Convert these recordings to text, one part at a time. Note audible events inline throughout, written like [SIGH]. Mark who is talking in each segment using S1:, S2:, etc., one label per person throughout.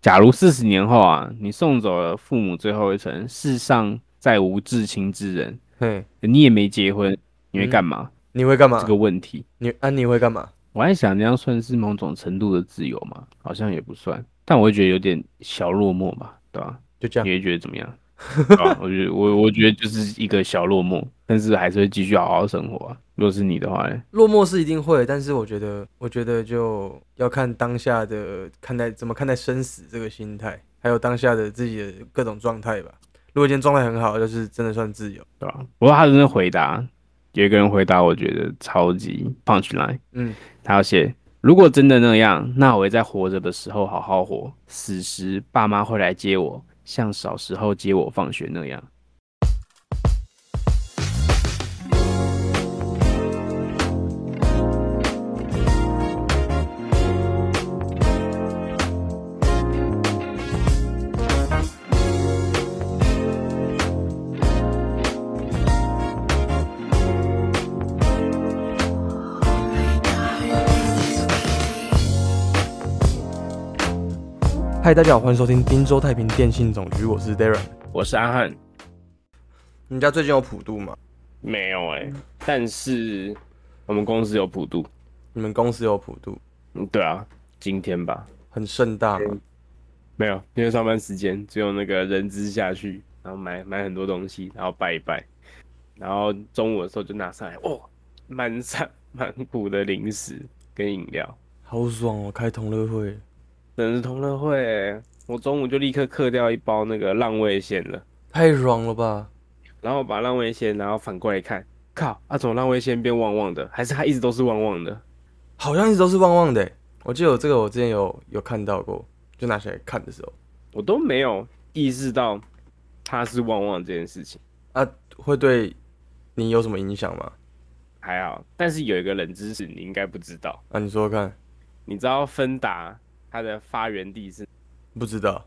S1: 假如四十年后啊，你送走了父母最后一层，世上再无至亲之人，
S2: 嘿，
S1: 你也没结婚，你会干嘛？
S2: 你会干嘛？
S1: 这个问题，
S2: 你啊，你会干嘛？
S1: 我在想，这样算是某种程度的自由吗？好像也不算，但我会觉得有点小落寞吧，对吧、
S2: 就这样
S1: 你。会觉得怎么
S2: [LAUGHS]
S1: 样？对吧我觉得我我觉得就是一个小落寞，但是还是会继续好好生活啊。如果是你的话嘞，
S2: 落寞是一定会，但是我觉得，我觉得就要看当下的看待怎么看待生死这个心态，还有当下的自己的各种状态吧。如果今天状态很好，就是真的算自由。
S1: 对吧、不过他真的回答，有一个人回答，我觉得超级 punch line。
S2: 嗯，
S1: 他要写：如果真的那样，那我会在活着的时候好好活，死时爸妈会来接我，像小时候接我放学那样。
S2: 嗨，大家好，欢迎收听滨州太平电信总局，我是 Darren。
S1: 我是阿汉，
S2: 你家最近有普渡吗？
S1: 没有哎、但是我们公司有普渡，
S2: 你们公司有普渡，
S1: 嗯，对啊，今天吧，
S2: 很盛大吗？
S1: 没有，因为上班时间只有那个人资下去，然后买买很多东西，然后拜一拜，然后中午的时候就拿上来，哦，满上 [LAUGHS] 满谷的零食跟饮料。
S2: 好爽哦，开同乐会。
S1: 真是同乐会欸，我中午就立刻嗑掉一包那个浪味仙了，
S2: 太爽了吧！
S1: 然后把浪味仙，然后反过来看，靠，啊，怎么浪味仙变旺旺的？还是它一直都是旺旺的？
S2: 好像一直都是旺旺的欸，我记得有这个，我之前有有看到过，就拿起来看的时候，
S1: 我都没有意识到它是旺旺这件事情，
S2: 啊会对你有什么影响吗？
S1: 还好。但是有一个冷知识你应该不知道，
S2: 啊，你说说看，
S1: 你知道芬达它的发源地是？
S2: 不知道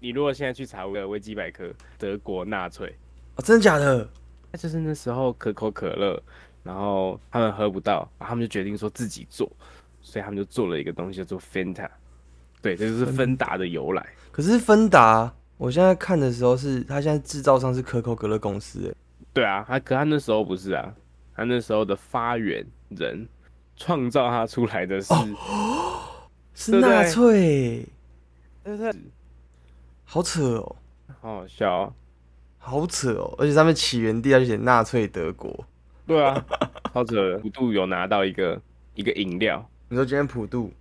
S1: 你如果现在去查个维基百科，德国纳粹，
S2: 啊，真的假的？
S1: 那就是那时候可口可乐，然后他们喝不到，然后他们就决定说自己做，所以他们就做了一个东西叫做 Fanta，对，这就是芬达的由来。
S2: 可是芬达，我现在看的时候是，它现在制造商是可口可乐公司，哎，
S1: 对啊，他可他那时候不是啊，他那时候的发源人创造他出来的是，
S2: 是
S1: 对不对
S2: 纳粹欸，
S1: 对对对
S2: 好扯哦，
S1: 好好笑、哦，
S2: 好扯哦，而且上面起源地它就写纳粹德国。
S1: 对啊， [LAUGHS] 超扯的。普渡有拿到一个一个饮料，
S2: 你说今天普渡，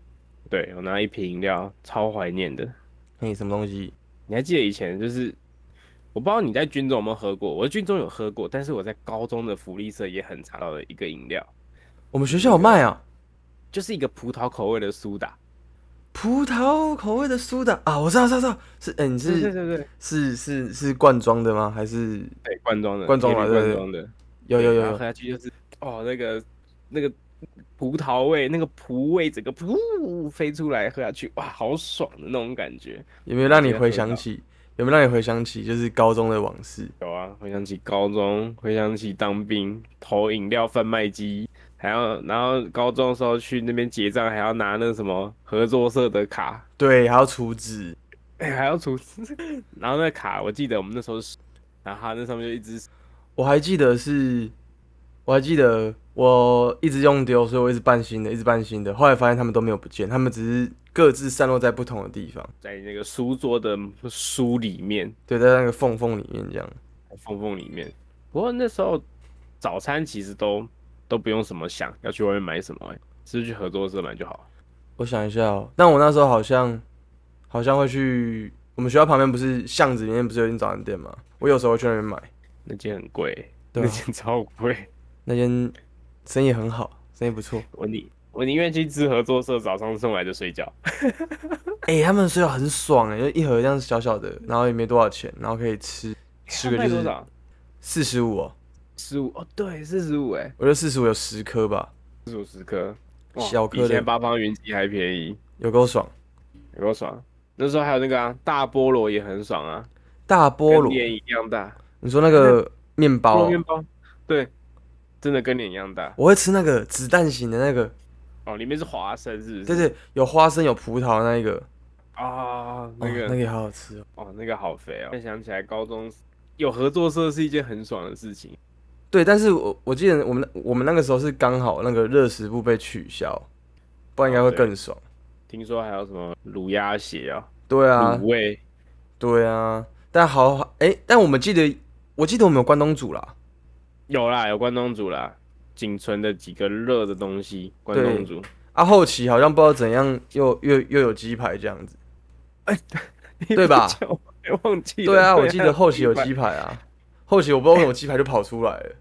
S1: 对我拿到一瓶饮料，超怀念的。
S2: 嘿，什么东西？
S1: 你还记得以前就是，我不知道你在军中有没有喝过，我在军中有喝过，但是我在高中的福利社也很常到的一个饮料，
S2: 我们学校有卖啊，
S1: 就是一个葡萄口味的苏打。
S2: 葡萄口味的苏打啊，我知道，知道，知道，是，哎，你
S1: 对对
S2: 是
S1: 对对，
S2: 是是是罐装的吗？还是
S1: 对罐装的，
S2: 罐装的
S1: 铁铝
S2: 对对
S1: 罐装
S2: 对
S1: 的，
S2: 有有有
S1: 然后
S2: 有
S1: 喝下去就是哦那个那个葡萄味，那个葡味整个噗飞出来，喝下去哇好爽的那种感觉。
S2: 有没有让你回想起？有没有让你回想起就是高中的往事？
S1: 有啊，回想起高中，回想起当兵，投饮料贩卖机，还要然后高中的时候去那边结账，还要拿那什么合作社的卡，
S2: 对，还要储纸，
S1: 哎、还要出， [LAUGHS] 然后那卡我记得我们那时候是，然后它那上面就一只
S2: 我还记得是，我还记得我一直用丢，所以我一直办新的，一直办新的。后来发现他们都没有不见，他们只是各自散落在不同的地方，
S1: 在那个书桌的书里面，
S2: 对，在那个缝缝里面这样。
S1: 缝缝里面。不过那时候早餐其实都都不用什么想要去外面买什么、欸，是不是去合作社买就好。
S2: 我想一下哦，但我那时候好像好像会去我们学校旁边不是巷子里面不是有一间早餐店吗？我有时候会去那边买，
S1: 那间很贵、
S2: 对啊
S1: 那间超贵。
S2: 那间生意很好，生意不错。
S1: 我宁我宁愿去吃合作社早上送来的水饺。
S2: 哎、他们的水饺很爽哎、就一盒这样小小的，然后也没多少钱，然后可以吃吃个
S1: 卖
S2: 就
S1: 多
S2: 是
S1: 少？
S2: 四十五哦，
S1: 十五哦，对，四十五哎，
S2: 我觉得四十五有十颗吧，
S1: 四十五十颗，哇
S2: 小颗
S1: 比
S2: 的
S1: 现在八方云集还便宜，
S2: 有够爽。
S1: 有多爽？那时候还有那个啊，大菠萝也很爽啊，
S2: 大菠萝
S1: 跟，脸一样大，
S2: 你说那个面
S1: 菠
S2: 包
S1: 萝
S2: 哦、
S1: 面包，对，真的跟脸一样大
S2: 我会吃那个子弹型的那个，
S1: 哦，里面是花生是不是？
S2: 对对，有花生有葡萄那一个，
S1: 啊，那个、
S2: 哦、那个也好好吃哦。
S1: 哦，那个好肥哦！现在想起来，高中有合作社是一件很爽的事情。
S2: 对，但是我我记得我们那我们那个时候是刚好那个热食部被取消，不然应该
S1: 哦
S2: 会更爽。
S1: 听说还有什么卤鸭血啊、
S2: 对啊
S1: 卤，味，
S2: 对啊，但好哎、但我们记得我记得我们有关东煮啦，
S1: 有啦，有关东煮啦，仅存的几个热的东西，关东煮。
S2: 啊后期好像不知道怎样又又又有鸡排这样子，对吧？
S1: 我 [LAUGHS] 忘记了。
S2: 对啊，我记得后期有
S1: 鸡
S2: 鸡排啊，后期我不知道为什么鸡排就跑出来了，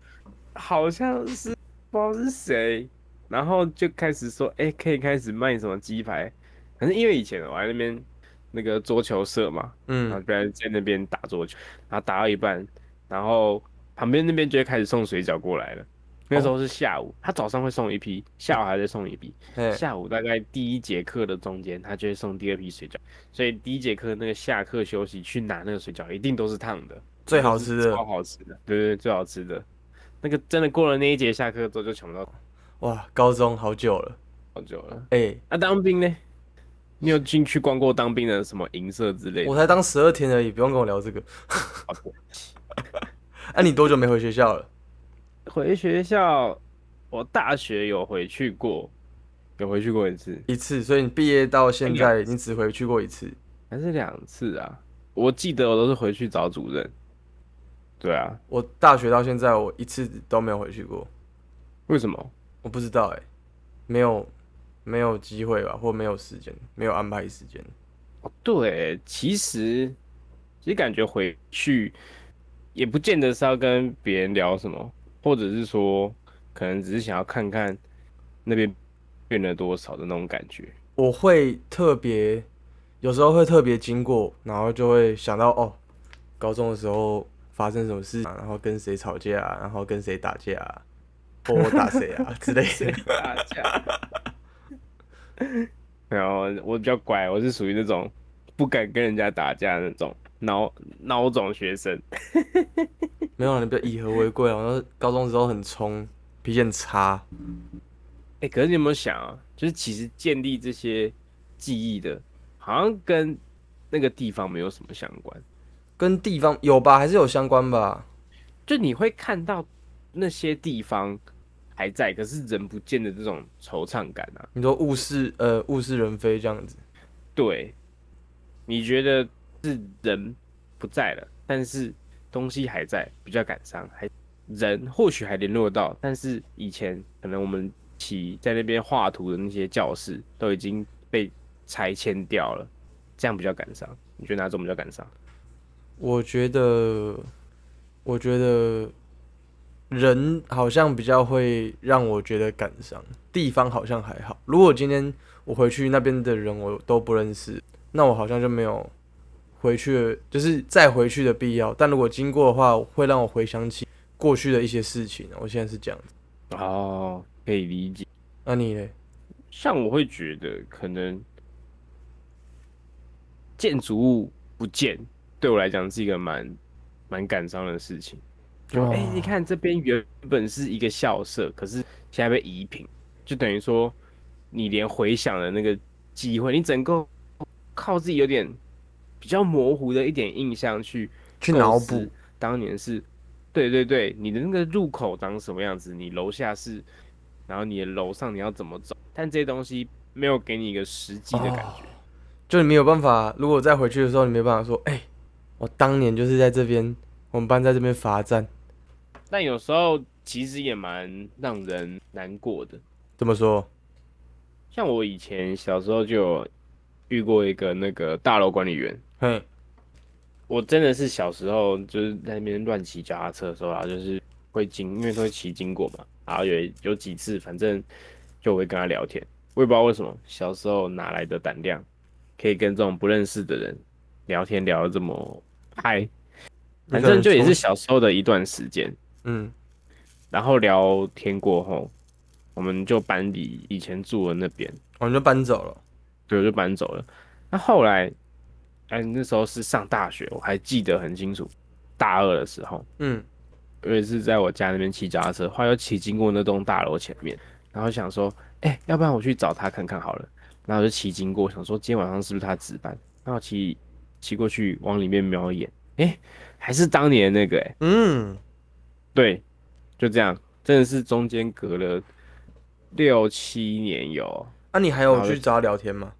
S1: 排，好像是不知道是谁，然后就开始说，哎、可以开始卖什么鸡排。反正因为以前我在那边那个桌球社嘛，然后
S2: 嗯，
S1: 不然在那边打桌球，然后打到一半，然后旁边那边就会开始送水饺过来了。那时候是下午，他早上会送一批，下午还在送一批。
S2: 嘿，
S1: 下午大概第一节课的中间，他就会送第二批水饺，所以第一节课那个下课休息去拿那个水饺，一定都是烫的，
S2: 最好吃的
S1: 超好吃的，对对对，最好吃的。那个真的过了那一节下课之后，就抢不到
S2: 哇，高中好久了，
S1: 好久了。
S2: 哎、
S1: 那、当兵呢？你有进去逛过当兵的什么营舍之类的？
S2: 我才当十二天而已，不用跟我聊这个。
S1: 好的
S2: 哎、你多久没回学校了？
S1: 回学校，我大学有回去过，有回去过一次，
S2: 一次，所以你毕业到现在，你只回去过一次。
S1: 还是两次啊？我记得我都是回去找主任。对啊，
S2: 我大学到现在，我一次都没有回去过。
S1: 为什么？
S2: 我不知道哎、没有没有机会吧，或没有时间，没有安排时间。
S1: 哦，对，其实其实感觉回去也不见得是要跟别人聊什么，或者是说可能只是想要看看那边变了多少的那种感觉。
S2: 我会特别，有时候会特别经过，然后就会想到哦，高中的时候发生什么事、啊，然后跟谁吵架、啊，然后跟谁打架、啊，或我打谁啊之类的。
S1: 打架。然后我比较乖，我是属于那种不敢跟人家打架的那种孬孬种学生。
S2: 没有，你不要以和为贵啊！我高中的时候很冲，脾气很差。
S1: 哎、可是你有没有想啊？就是其实建立这些记忆的，好像跟那个地方没有什么相关。
S2: 跟地方有吧，还是有相关吧？
S1: 就你会看到那些地方还在，可是人不见的这种惆怅感啊。
S2: 你说物是呃物是人非这样子，
S1: 对，你觉得是人不在了，但是东西还在，比较感伤，还人或许还联络到，但是以前可能我们起在那边画图的那些教室都已经被拆迁掉了，这样比较感伤。你觉得哪种比较感伤？
S2: 我觉得，我觉得人好像比较会让我觉得感伤，地方好像还好。如果今天我回去那边的人我都不认识，那我好像就没有回去的，就是再回去的必要。但如果经过的话，会让我回想起过去的一些事情。我现在是这样子，
S1: 哦，可以理解。
S2: 那你嘞？
S1: 像我会觉得，可能建筑物不见，对我来讲是一个蛮蛮感伤的事情。就
S2: 哦
S1: 哎、你看这边原本是一个校舍，可是现在被移平，就等于说你连回想的那个机会，你整个靠自己有点比较模糊的一点印象去
S2: 去
S1: 构
S2: 脑
S1: 思
S2: 补，
S1: 当年是，对对对，你的那个入口长什么样子，你楼下是，然后你的楼上你要怎么走，但这些东西没有给你一个实际的感觉。
S2: 哦就你没有办法，如果再回去的时候，你没办法说，哎、我当年就是在这边，我们班在这边罚站，
S1: 但有时候其实也蛮让人难过的。
S2: 怎么说？
S1: 像我以前小时候就有遇过一个那个大楼管理员，
S2: 嘿，
S1: 我真的是小时候就是在那边乱骑脚踏车的时候啊，就是会经，因为都会骑经过嘛，然后有有几次，反正就会跟他聊天，我也不知道为什么，小时候哪来的胆量，可以跟这种不认识的人聊天聊得这么嗨，反正就也是，小时候的一段时间，
S2: 嗯，
S1: 然后聊天过后，我们就搬离以前住的那边，
S2: 我们哦就搬走了。
S1: 对，我就搬走了。那后来，哎，那时候是上大学，我还记得很清楚，大二的时候。
S2: 嗯，
S1: 我也是在我家那边骑脚踏车，后来又骑经过那栋大楼前面，然后想说，哎、要不然我去找他看看好了。然后我就骑经过，想说今天晚上是不是他值班？然后骑骑过去往里面瞄一眼，哎、还是当年那个哎、
S3: 嗯，
S1: 对，就这样，真的是中间隔了六七年有
S2: 那、啊你还有去找他聊天吗？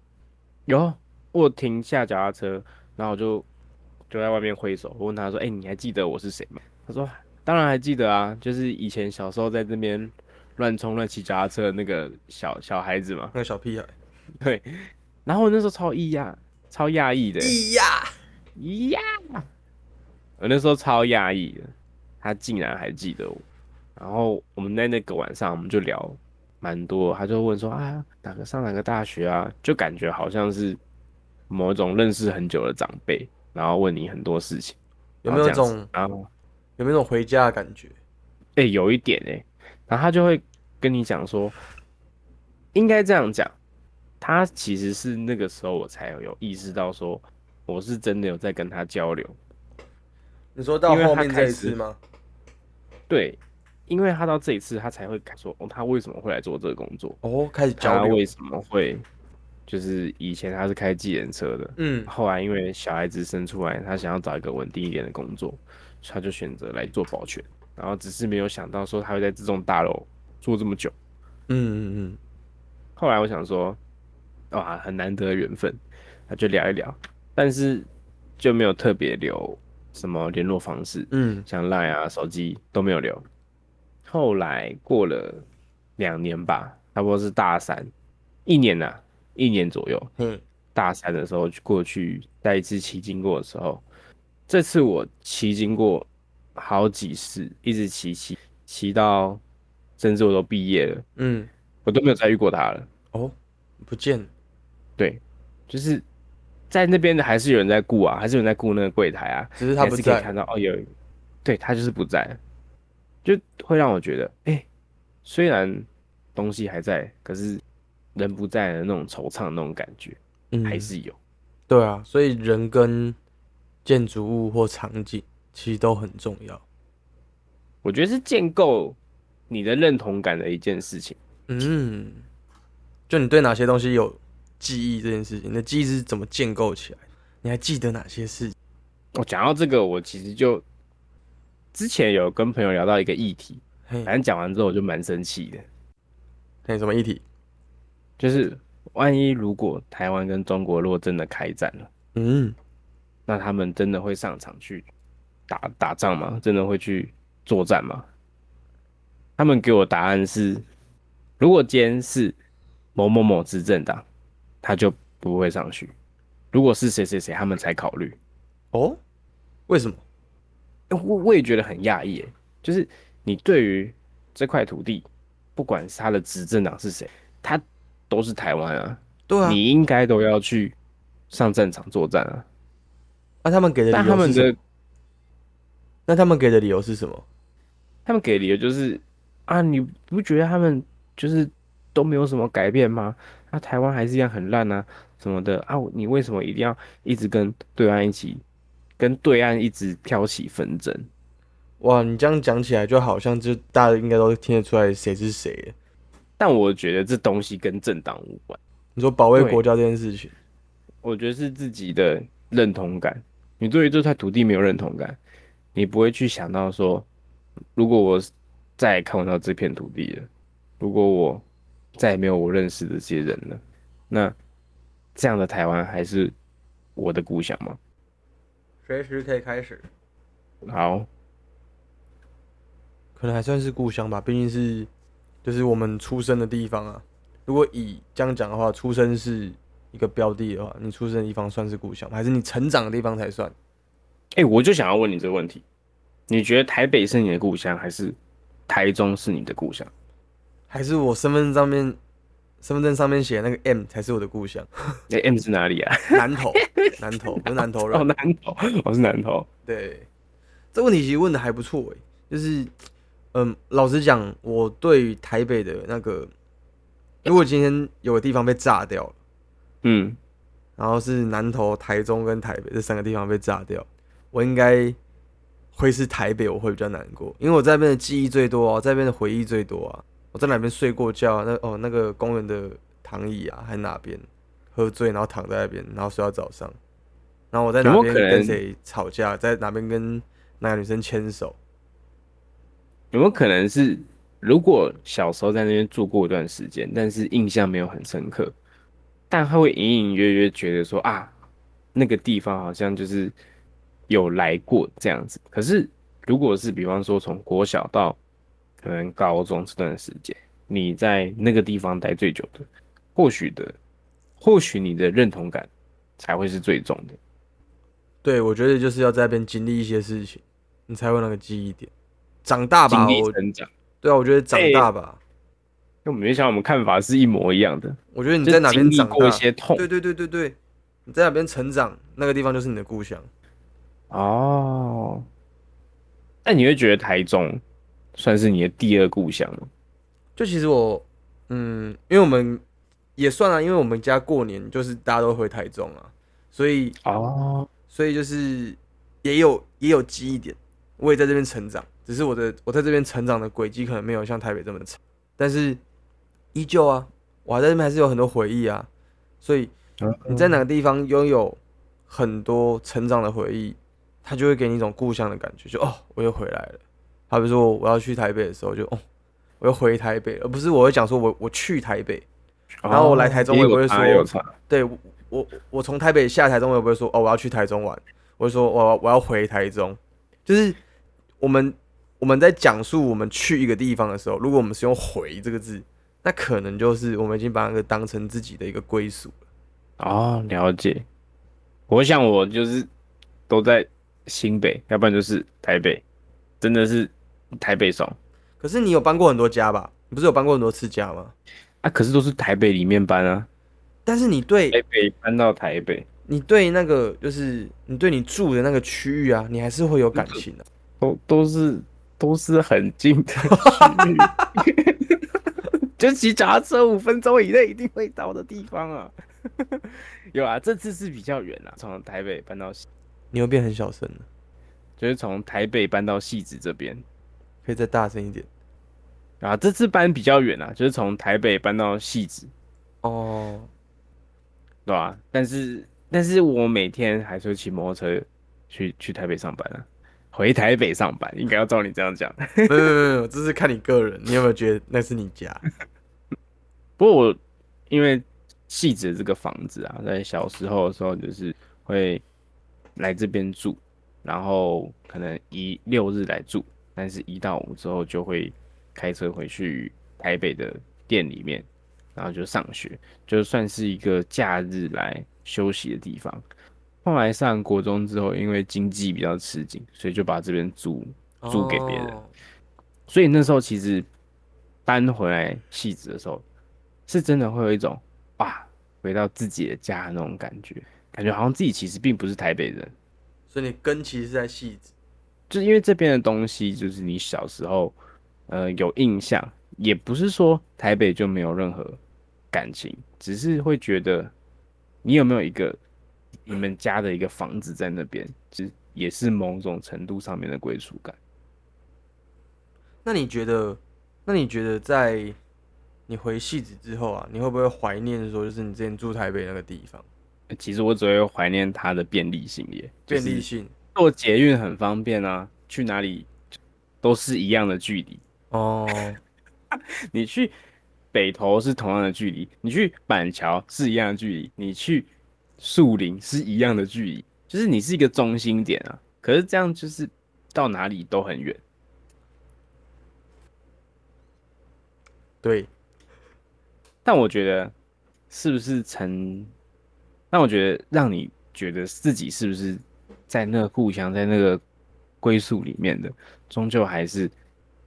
S1: 有，啊我停下脚踏车，然后我就就在外面挥手，我问他说：“哎、你还记得我是谁吗？”他说：“当然还记得啊，就是以前小时候在这边乱冲乱骑脚踏车的那个小小孩子嘛。
S2: 那个小屁孩，”
S1: 然后我那时候超异讶，超讶异的，
S2: 咿呀，
S1: 咦呀！我那时候超讶异的，他竟然还记得我。然后我们在那个晚上，我们就聊蛮多，他就问说啊，哪个上哪个大学啊？就感觉好像是某种认识很久的长辈，然后问你很多事情，
S2: 有没有
S1: 然后这样
S2: 种
S1: 子然后
S2: 有没有种回家的感觉？
S1: 哎、有一点哎、然后他就会跟你讲说，应该这样讲，他其实是那个时候我才有意识到说，我是真的有在跟他交流，
S2: 你说到
S1: 因为他
S2: 后面这
S1: 开
S2: 一
S1: 始
S2: 次吗？
S1: 对，因为他到这一次，他才会感说，哦，他为什么会来做这个工作？
S2: 哦，开始交
S1: 他
S2: 流，
S1: 为什么会？就是以前他是开计程车的，
S2: 嗯，
S1: 后来因为小孩子生出来，他想要找一个稳定一点的工作，所以他就选择来做保全。然后只是没有想到说他会在这栋大楼做这么久。
S2: 嗯嗯
S1: 后来我想说，哇，很难得的缘分，那就聊一聊，但是就没有特别留什么联络方式。
S2: 嗯
S1: 像 Line 啊、手机都没有留。后来过了两年吧，差不多是大三，一年呐、一年左右。
S2: 嗯嗯，
S1: 大三的时候去过去，再一次骑经过的时候，这次我骑经过好几次，一直骑骑骑到，甚至我都毕业了，
S2: 嗯，
S1: 我都没有再遇过他了。
S2: 哦，不见了，
S1: 对，就是在那边的还是有人在顾啊，还是有人在顾那个柜台啊，
S2: 只是他
S1: 还
S2: 不
S1: 是可以
S2: 在。
S1: 看到哦，有，对他就是不在，就会让我觉得，哎、虽然东西还在，可是人不在的那种惆怅那种感觉
S2: 嗯，
S1: 还是有。
S2: 对啊，所以人跟建筑物或场景其实都很重要。
S1: 我觉得是建构你的认同感的一件事情。
S2: 嗯，就你对哪些东西有记忆这件事情，你的记忆是怎么建构起来？你还记得哪些事？
S1: 我哦讲到这个，我其实就之前有跟朋友聊到一个议题，
S2: 嘿，
S1: 反正讲完之后我就蛮生气的，
S2: 嘿，什么议题？
S1: 就是万一如果台湾跟中国如果真的开战了。
S2: 嗯，
S1: 那他们真的会上场去打打仗吗？真的会去作战吗？他们给我答案是，如果今天是某某某执政党，他就不会上去；如果是谁谁谁，他们才考虑。
S2: 哦，为什么？
S1: 我我也觉得很讶异耶，就是你对于这块土地，不管是他的执政党是谁，他都是台湾啊，
S2: 对啊，
S1: 你应该都要去上战场作战啊。
S2: 那、他们给的
S1: 但
S2: 理
S1: 他
S2: 由
S1: 们
S2: 是什么？
S1: 的
S2: 那他们给的理由是什么？
S1: 他们给理由就是啊，你不觉得他们就是都没有什么改变吗？那、台湾还是一样很烂啊，什么的啊，你为什么一定要一直跟对岸一起，跟对岸一直挑起纷争？
S2: 哇，你这样讲起来，就好像就大家应该都听得出来谁是谁了。
S1: 但我觉得这东西跟政党无关，
S2: 你说保卫
S1: 对
S2: 国家这件事情，
S1: 我觉得是自己的认同感。你对于这块土地没有认同感，你不会去想到说，如果我再也看不到这片土地了，如果我再也没有我认识的这些人了，那这样的台湾还是我的故乡吗？
S2: 随时可以开始。
S1: 好，
S2: 可能还算是故乡吧，毕竟是就是我们出生的地方啊。如果以这样讲的话，出生是一个标的的话，你出生的地方算是故乡吗，还是你成长的地方才算？
S1: 哎、我就想要问你这个问题：你觉得台北是你的故乡，还是台中是你的故乡？
S2: 还是我身份证上面身份证上面写的那个 M 才是我的故乡？
S1: 哎、m 是哪里啊？ [LAUGHS]
S2: [LAUGHS] 南投，南投，我是南投人
S1: 哦，。南投，我、是南投。
S2: 对，这问题其实问的还不错诶，就是，嗯，老实讲，我对于台北的那个，如果今天有个地方被炸掉了，
S1: 嗯，
S2: 然后是南投、台中跟台北这三个地方被炸掉，我应该会是台北，我会比较难过，因为我在那边的记忆最多啊，我在那边的回忆最多啊，我在哪边睡过觉啊，那哦那个公园的躺椅啊，还哪边，喝醉，然后躺在那边，然后睡到早上。然后我在
S1: 有
S2: 哪
S1: 没有
S2: 边
S1: 可
S2: 跟
S1: 能
S2: 谁吵架，在哪边跟哪个女生牵手，
S1: 有没有可能是，如果小时候在那边住过一段时间，但是印象没有很深刻，但他会隐隐约约觉得说啊，那个地方好像就是有来过这样子。可是如果是比方说从国小到可能高中这段时间，你在那个地方待最久的，或许的，或许你的认同感才会是最重的。
S2: 对，我觉得就是要在那边经历一些事情，你才会有那个记忆点。长大
S1: 经
S2: 吧，
S1: 历
S2: 我
S1: 成长，
S2: 对啊，我觉得长
S1: 哎
S2: 大吧，
S1: 那我没想到我们看法是一模一样的。
S2: 我觉得你
S1: 就
S2: 在哪边
S1: 经历
S2: 长
S1: 过
S2: 大
S1: 一，些痛
S2: 对对对对对，你在哪边成长，那个地方就是你的故乡。
S1: 哦，那你会觉得台中算是你的第二故乡吗？
S2: 就其实我，嗯，因为我们也算啊，因为我们家过年就是大家都回台中啊，所以
S1: 哦，
S2: 所以就是也有也有记忆点，我也在这边成长，只是我的我在这边成长的轨迹可能没有像台北这么长，但是依旧啊，我还在这边还是有很多回忆啊，所以你在哪个地方拥有很多成长的回忆，它就会给你一种故乡的感觉，就哦，我又回来了。好比说我要去台北的时候就，哦，我又回台北了，而不是我会讲说我我去台北，
S1: 哦
S2: 然后我来台中
S1: 也
S2: 我也不会
S1: 有差
S2: 说
S1: 有差
S2: 对我我我从台北下台中，我也不会说哦我要去台中玩，我会说我要我要回台中。就是我们我们在讲述我们去一个地方的时候，如果我们是用“回”这个字，那可能就是我们已经把那个当成自己的一个归属了。
S1: 哦，了解。我想我就是都在新北，要不然就是台北，真的是台北爽
S2: 可是你有搬过很多家吧？你不是有搬过很多次家吗？
S1: 啊，可是都是台北里面搬啊，
S2: 但是你对
S1: 台北搬到台北，
S2: 你对那个就是你对你住的那个区域啊，你还是会有感情的、
S1: 都都是都是很近的区域。 [LAUGHS] 就骑脚踏车五分钟以内一定会到的地方啊， [LAUGHS] 有啊，这次是比较远啊，从台北搬到西，
S2: 你会变很小声了，
S1: 就是从台北搬到戏子这边
S2: 可以再大声一点
S1: 啊，这次搬比较远啊，就是从台北搬到戏子，
S2: 哦。
S1: 对吧、但是但是我每天还是会骑摩托车去去台北上班啊，回台北上班，应该要照你这样讲。
S2: [LAUGHS] 没有没有没有，这是看你个人，你有没有觉得那是你家？
S1: 不过我因为戏子这个房子啊，在小时候的时候就是会来这边住，然后可能一六日来住，但是一到五之后就会开车回去台北的店里面，然后就上学，就算是一个假日来休息的地方。后来上国中之后，因为经济比较吃紧，所以就把这边租租给别人。
S2: 哦
S1: 所以那时候其实搬回来戏子的时候，是真的会有一种哇，回到自己的家的那种感觉，感觉好像自己其实并不是台北人，
S2: 所以你根其实是在戏子。
S1: 就是因为这边的东西，就是你小时候呃有印象，也不是说台北就没有任何感情，只是会觉得你有没有一个你们家的一个房子在那边，是也是某种程度上面的归属感。
S2: 那你觉得，那你觉得在你回戏子之后啊，你会不会怀念说，就是你之前住台北那个地方
S1: 其实我只会怀念它的便利性耶，
S2: 便
S1: 就是
S2: 利性？
S1: 坐捷运很方便啊，去哪里都是一样的距离。
S2: 哦，
S1: 你去北投是同样的距离，你去板桥是一样的距离，你去树林是一样的距离，就是你是一个中心点啊。可是这样就是到哪里都很远，
S2: 对，
S1: 但我觉得是不是成？但我觉得让你觉得自己是不是在那个故乡，在那个归宿里面的，终究还是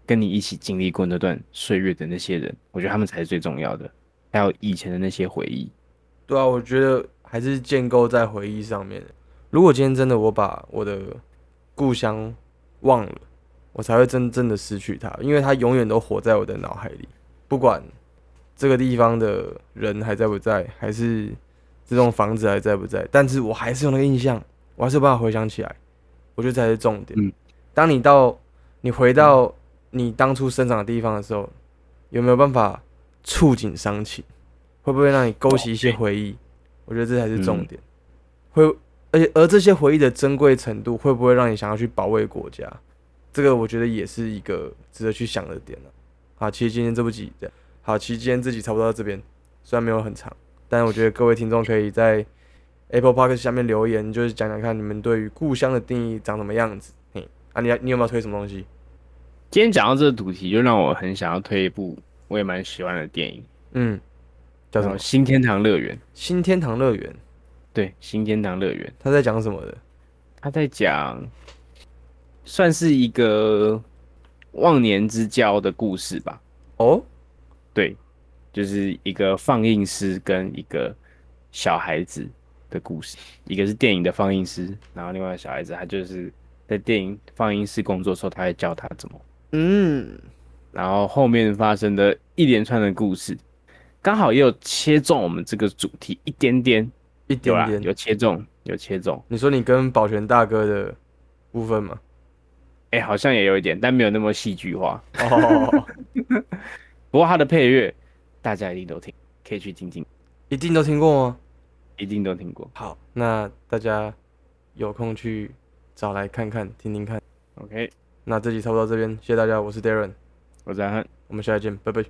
S1: 跟你一起经历过那段岁月的那些人，我觉得他们才是最重要的。还有以前的那些回忆，
S2: 对啊，我觉得还是建构在回忆上面。如果今天真的我把我的故乡忘了，我才会真正的失去它，因为它永远都活在我的脑海里，不管这个地方的人还在不在，还是这栋房子还在不在，但是我还是有那个印象，我还是有办法回想起来，我觉得才是重点。
S1: 嗯
S2: 当你到你回到你当初生长的地方的时候，有没有办法触景伤情？会不会让你勾起一些回忆？我我觉得这才是重点。会，而且而这些回忆的珍贵程度，会不会让你想要去保卫国家？这个我觉得也是一个值得去想的点了、好，其实今天这部集，好，其实今天这集差不多到这边，虽然没有很长，但我觉得各位听众可以在 Apple Park 下面留言，就是讲讲看你们对于故乡的定义长什么样子。嘿，啊，你你有没有推什么东西？
S1: 今天讲到这个主题，就让我很想要推一部我也蛮喜欢的电影，
S2: 嗯，叫什
S1: 然后？
S2: 么
S1: 新天堂乐园》。
S2: 新天堂乐园，
S1: 对，《新天堂乐园》
S2: 他在讲什么的？
S1: 他在讲，算是一个忘年之交的故事吧。
S2: 哦，
S1: 对，就是一个放映师跟一个小孩子的故事，一个是电影的放映师，然后另外小孩子他就是在电影放映室工作的时候，他会教他怎么
S2: 嗯，
S1: 然后后面发生的一连串的故事，刚好也有切中我们这个主题一点点，
S2: 一
S1: 有
S2: 点
S1: 啦，
S2: 点。
S1: 有切中，有切中，
S2: 你说你跟保全大哥的部分吗？
S1: 哎、好像也有一点，但没有那么戏剧化。
S2: 哦，
S1: 不过它的配乐大家一定都听，可以去听听，
S2: [LAUGHS] 一定都听过吗？
S1: 一定都听过。
S2: 好，那大家有空去找来看看、听听看。
S1: OK，
S2: 那这集差不多到这边，谢谢大家，我是 Darren，
S1: 我是阿汉，
S2: 我们下期见，拜拜。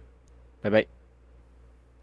S1: 拜拜。